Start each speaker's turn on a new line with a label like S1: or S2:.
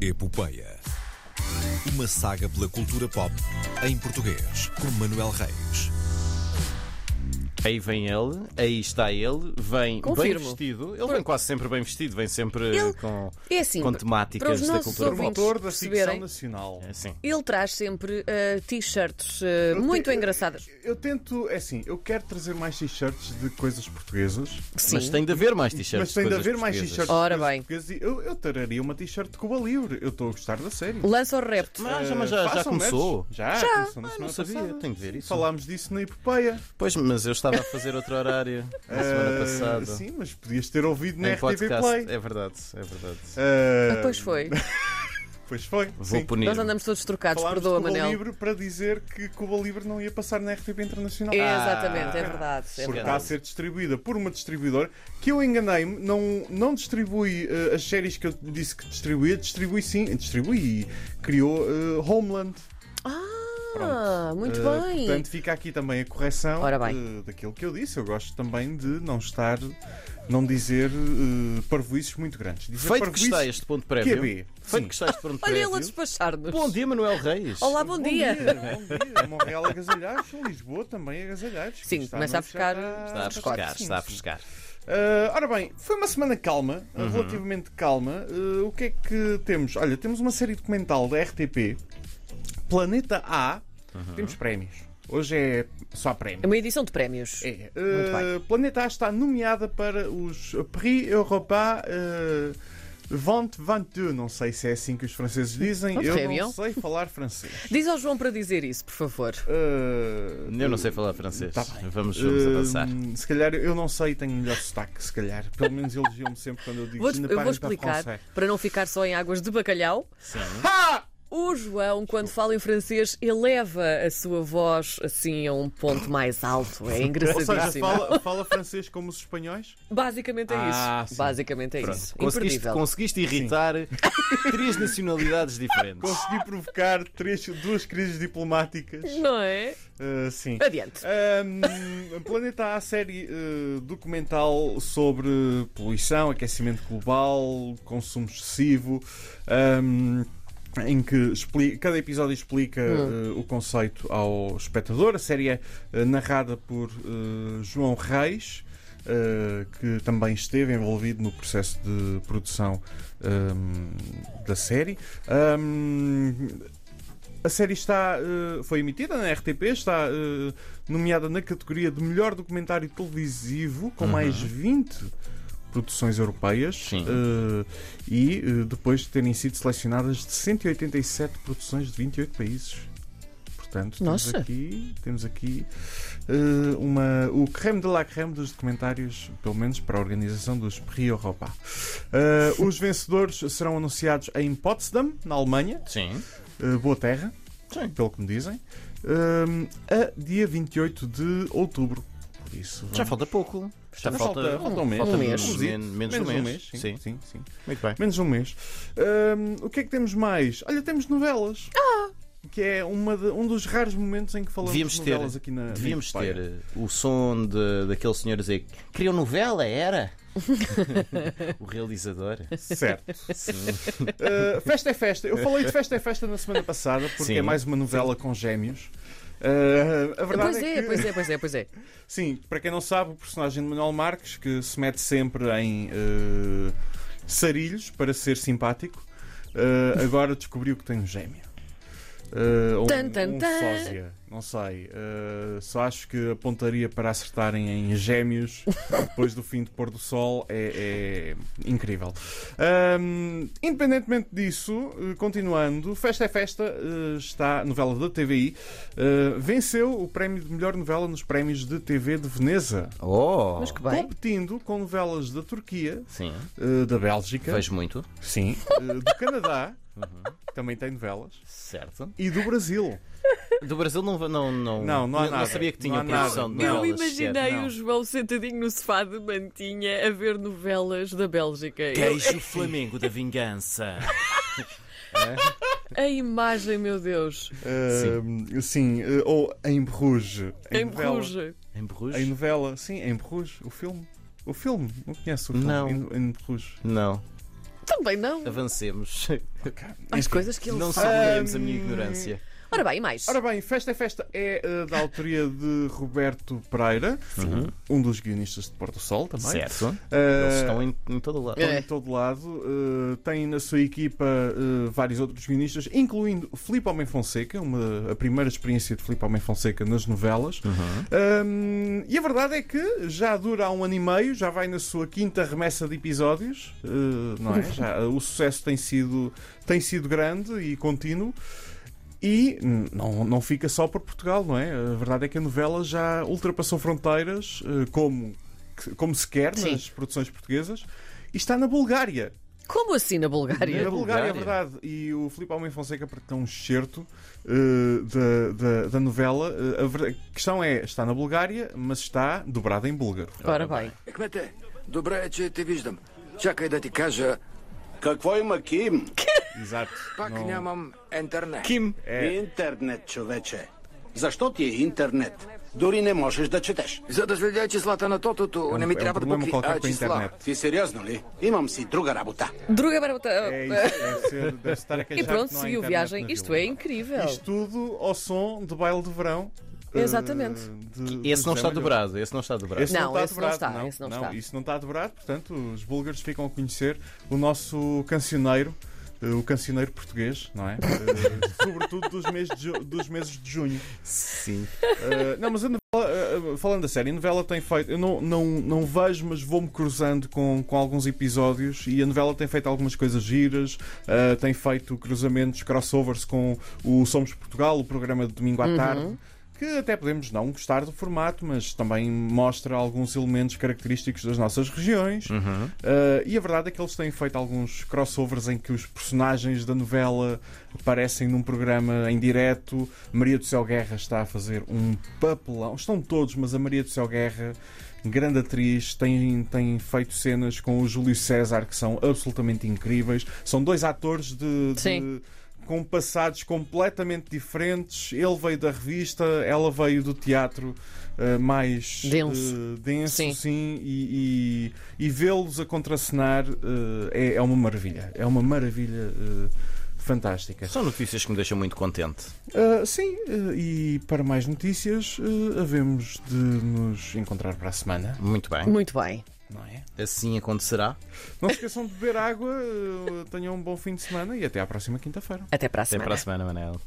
S1: Epopeia. Uma saga pela cultura pop em português, com Manuel Reis.
S2: Aí vem ele, aí está ele, vem bem
S3: Confirmo.
S2: vestido. Ele vem quase sempre bem vestido, vem sempre
S3: Ele-
S2: com,
S3: É assim,
S2: com
S3: para- para
S2: temáticas
S3: os
S2: da
S3: nossos
S2: cultura pop.
S3: ouvintes
S4: Autor da ficção
S3: perceberem.
S4: nacional.
S2: É, sim.
S3: Ele traz sempre eh, t-shirts eh, muito
S4: te-
S3: engraçadas.
S4: Eu tento, é assim, eu quero trazer mais t-shirts de coisas portuguesas,
S3: Sim.
S2: Mas tem de haver mais t-shirts.
S4: mas tem de
S2: coisas
S4: haver mais
S2: portuguesas.
S4: t-shirts
S3: Ora
S4: de
S3: bem.
S4: coisas portuguesas. e Eu, eu tararia uma t-shirt de Cuba Livre. Eu estou a gostar da série.
S3: Lança o repto.
S2: Oh, Mas,
S4: Eh,
S2: mas Ah, já, já
S4: façam
S2: começou.
S4: merch. Já,
S3: Já.
S4: começou na
S2: Ah, não
S4: semana
S2: sabia,
S4: passada.
S2: tenho de ver isso.
S4: Falámos disso na epopeia.
S2: Pois, mas eu estava a fazer outro horário na semana
S4: Eh,
S2: passada.
S4: Sim, mas podias ter ouvido na
S2: Em
S4: RTV
S2: podcast.
S4: Play.
S2: É verdade, é verdade.
S4: Eh,
S3: Ah, pois foi.
S4: Pois foi.
S2: Vou
S4: sim.
S2: punir.
S3: Nós andamos todos trocados,
S4: Falámos
S3: perdoa,
S4: de Cuba
S3: Manel.
S4: Livre para dizer que Cuba Livre não ia passar na RTV Internacional.
S3: É,
S2: Ah,
S3: exatamente, é verdade. é
S4: porque
S3: verdade.
S4: está a ser distribuída por uma distribuidora que eu enganei-me, não, não distribui eh, as séries que eu disse que distribuía, distribui sim, distribui e criou eh, Homeland.
S3: Ah,
S4: Pronto.
S3: muito
S4: Eh,
S3: bem.
S4: Portanto, fica aqui também a correção
S3: Ora bem.
S4: eh, daquilo que eu disse. Eu gosto também de não estar, não dizer eh, parvoíces muito grandes. Dizer
S2: Feito que está
S4: parvoíces-
S2: este ponto prévio.
S4: QB,
S2: Feito
S4: sim.
S2: que está este ponto
S3: Olha ele a
S2: prévio.
S3: despachar-nos.
S2: Bom dia, Manuel Reis.
S3: Olá, bom, dia.
S4: Bom dia. Montreal agasalhados, Lisboa também é agasalhados.
S3: Sim,
S4: Isto à
S3: começa a
S4: noite já
S3: ficar-
S2: Está a
S3: Sim,
S2: pescar,
S4: sim,
S2: está a
S4: sim.
S2: pescar.
S4: Ah, ora bem, foi uma semana calma, relativamente calma. Ah, o que é que temos? Olha, temos uma série documental da RTP, Planeta A. Temos prémios. Hoje é só há
S3: É
S4: prémios.
S3: uma edição de prémios.
S4: É.
S3: Muito
S4: Ah, Planeta A está nomeada para os Prix Europa. Uh, 2022, não sei se é assim que os franceses dizem,
S3: Vamos
S4: eu
S3: ver, viu?
S4: não sei falar francês.
S3: Diz ao João para dizer isso, por favor.
S4: Ah,
S2: Eu não sei falar francês.
S4: Tá bem.
S2: vamos, vamos avançar.
S4: Hum, Se calhar eu não sei, tenho melhor sotaque, se calhar. Pelo menos elogiam-me sempre quando eu digo
S3: Vou,
S4: "Je ne
S3: eu vou
S4: parle pas
S3: explicar,
S4: français."
S3: para não ficar só em águas de bacalhau.
S4: Ha!
S3: O João, quando fala em francês, eleva a sua voz assim a um ponto mais alto. É
S4: Ou seja,
S3: engraçadíssimo.
S4: fala, fala francês como os espanhóis?
S3: Basicamente é isso.
S4: Ah, sim.
S3: Basicamente é isso.
S2: Conseguiste,
S3: Imperdível.
S2: conseguiste irritar três nacionalidades diferentes.
S4: Consegui provocar três, duas crises diplomáticas.
S3: Não é?
S4: Ah, sim.
S3: Adiante.
S4: Ahm, Planeta A, série eh, documental sobre poluição, aquecimento global, consumo excessivo, ahm, em que expli- cada episódio explica eh, o conceito ao espectador. A série é eh, narrada por eh, João Reis. eh, que também esteve envolvido no processo de produção ahm, da série. Ahm, a série está, eh, foi emitida na RTP, está eh, nomeada na categoria de melhor documentário televisivo, com mais 20 produções europeias,
S2: Sim.
S4: eh, e eh, depois de terem sido selecionadas de 187 produções de 28 países. Portanto, temos
S3: Nossa.
S4: aqui, temos aqui eh, uma, o creme de la creme dos documentários, pelo menos para a organização dos Prix Europa. Eh, os vencedores serão anunciados em Potsdam, na Alemanha.
S2: Sim.
S4: Uh, boa terra,
S2: Sim.
S4: pelo que me dizem, um, a dia 28 de outubro. Por isso,
S2: Já
S4: vamos-
S2: falta pouco. Já
S4: Mas
S2: falta,
S4: falta um mês.
S2: falta
S3: Um
S2: menos,
S3: mês.
S2: menos, menos de um mês.
S4: sim,
S2: Sim.
S4: sim, sim.
S2: Muito bem.
S4: Menos um mês. Um, o que é que temos mais? Olha, temos novelas.
S3: Ah!
S4: Que é uma de- um dos raros momentos em que falamos
S2: Devíamos
S4: de
S2: ter,
S4: novelas aqui na. na
S2: devíamos
S4: Europeia.
S2: ter eh, o som de, daquele senhor a dizer criou novela, era? o realizador.
S4: Certo. Uh, festa é festa. Eu falei de festa é festa na semana passada, porque
S2: Sim.
S4: é mais uma novela com gêmeos. Uh, a verdade
S3: Pois
S4: é,
S3: é,
S4: que...
S3: pois é, pois é, pois é.
S4: Sim, para quem não sabe, o personagem de Manuel Marques, que se mete sempre em eh, sarilhos para ser simpático, eh, agora descobriu que tem um gêmeo. Eh, ou
S3: Tan,
S4: um,
S3: tan,
S4: um
S3: tan.
S4: sósia, não sei. Eh, só acho que apontaria para acertarem em gêmeos depois do fim de pôr do sol é, é incrível. Ahm, independentemente disso, eh, continuando, Festa é Festa eh, está a novela da TVI. eh, venceu o prémio de melhor novela nos prémios de TV de Veneza,
S2: Oh!
S3: Mas que bem.
S4: competindo com novelas da Turquia,
S2: Sim.
S4: eh, da Bélgica,
S2: Vejo muito.
S4: sim, eh, do Canadá, também tem novelas,
S2: Certo.
S4: e do Brasil.
S2: Do Brasil não não não,
S4: Não, não há nada.
S2: sabia que
S4: Não
S2: tinha
S4: há
S2: produção
S4: nada.
S2: de
S4: Eu
S2: novelas, sequer.
S4: não.
S3: João sentadinho no sofá de mantinha a ver novelas da Bélgica.
S4: é
S3: Ele-
S2: Queijo Flamengo da Vingança.
S3: a imagem, meu Deus.
S4: Eh, sim, eh, ou em Bruges.
S3: Em
S4: novela.
S3: Bruges.
S2: Em
S4: Em
S2: Bruges?
S4: novela, sim, em Bruges, o filme. O filme, não conheço o filme.
S2: Não.
S4: Em, em Bruges.
S2: Não.
S3: Também não.
S2: Avancemos.
S3: As coisas que ele
S2: Não
S3: faz.
S2: celebremos a minha ignorância.
S3: Ora bem, e mais?
S4: Ora bem, Festa é Festa é eh, da autoria de Roberto Pereira, um dos guionistas de Porto Sol também.
S2: Certo.
S4: Eh,
S2: Eles estão em, em todo o lado.
S3: É.
S4: estão em todo lado. eh, tem na sua equipa eh, vários outros guionistas, incluindo Filipe Homem Fonseca, uma, a primeira experiência de Filipe Homem Fonseca nas novelas. Um, e a verdade é que já dura há um ano e meio, já vai na sua quinta remessa de episódios, eh, não é? Já, o sucesso tem sido, tem sido grande e contínuo. E n- não, não fica só por Portugal, não é? A verdade é que a novela já ultrapassou fronteiras, eh, como, como se quer
S3: Sim.
S4: nas produções portuguesas, e está na Bulgária.
S3: Como assim na Bulgária?
S4: Na Bulgária, é verdade. E o Filipe Almeida Fonseca partiu um excerto eh, da, da, da novela. Eh, a ver- a questão é, está na Bulgária, mas está dobrada em búlgaro.
S3: Ora bem.
S5: Кмете, добре е, че те виждам. Чакай да ти кажа,
S6: Какво има Ким?
S4: Exato.
S5: пак
S4: Não-
S5: нямам интернет.
S2: Kim.
S6: Е.
S4: Е.
S6: Интернет, човече. Защо ти е интернет? Дори не можеш да четеш.
S5: За да следя числата на тотото, не ми
S4: е
S5: трябват
S4: проблема
S5: букви,
S4: колко
S5: а
S4: е по
S5: числа.
S4: интернет.
S6: Ти сериозно ли? Имам си друга работа.
S3: Druga Barbata.
S4: É isso, deve, ser, deve estar a queixar
S3: E pronto,
S4: que não há
S3: seguiu
S4: internet
S3: viagem.
S4: na
S3: Isto
S4: vila.
S3: é incrível.
S4: Isto tudo ao som de baile de verão. eh,
S3: Exatamente.
S4: de- de
S2: Esse não está
S4: José Malhoa.
S2: dobrado, esse não está dobrado.
S4: é Esse
S3: Não,
S4: não, está
S3: esse não
S4: dobrado.
S3: está, esse não está.
S4: Isso não está dobrado, portanto, os búlgaros ficam a conhecer o nosso cancioneiro, eh, o cancioneiro português, não é? Eh, Sobretudo dos meses de, ju- dos meses de junho.
S2: Sim.
S4: Eh, não, mas a novela, eh, falando a sério, a novela tem feito. Eu não, não, não vejo, mas vou-me cruzando com, com alguns episódios e a novela tem feito algumas coisas giras, eh, tem feito cruzamentos, crossovers com o Somos Portugal, o programa de domingo à tarde. Que até podemos não gostar do formato, mas também mostra alguns elementos característicos das nossas regiões. Eh, e a verdade é que eles têm feito alguns crossovers em que os personagens da novela aparecem num programa em direto. Maria do Céu Guerra está a fazer um papelão. Estão todos, mas a Maria do Céu Guerra, grande atriz, tem, tem feito cenas com o Júlio César que são absolutamente incríveis. São dois atores de. de-
S3: Sim.
S4: com passados completamente diferentes. Ele veio da revista, ela veio do teatro eh, mais
S3: Denso.
S4: eh, denso,
S3: Sim.
S4: sim, e, e- e vê-los a contracenar eh, é, é uma maravilha. É uma maravilha eh, fantástica.
S2: São notícias que me deixam muito contente.
S4: Ah, sim, eh, e para mais notícias, eh, havemos de nos encontrar para a semana,
S2: Muito bem.
S3: Muito bem.
S4: não é?
S2: Assim acontecerá.
S4: Não se esqueçam de beber água, eh, tenham um bom fim de semana e até à próxima quinta-feira.
S3: Até para a
S2: Até
S3: semana.
S2: para a semana, Manel.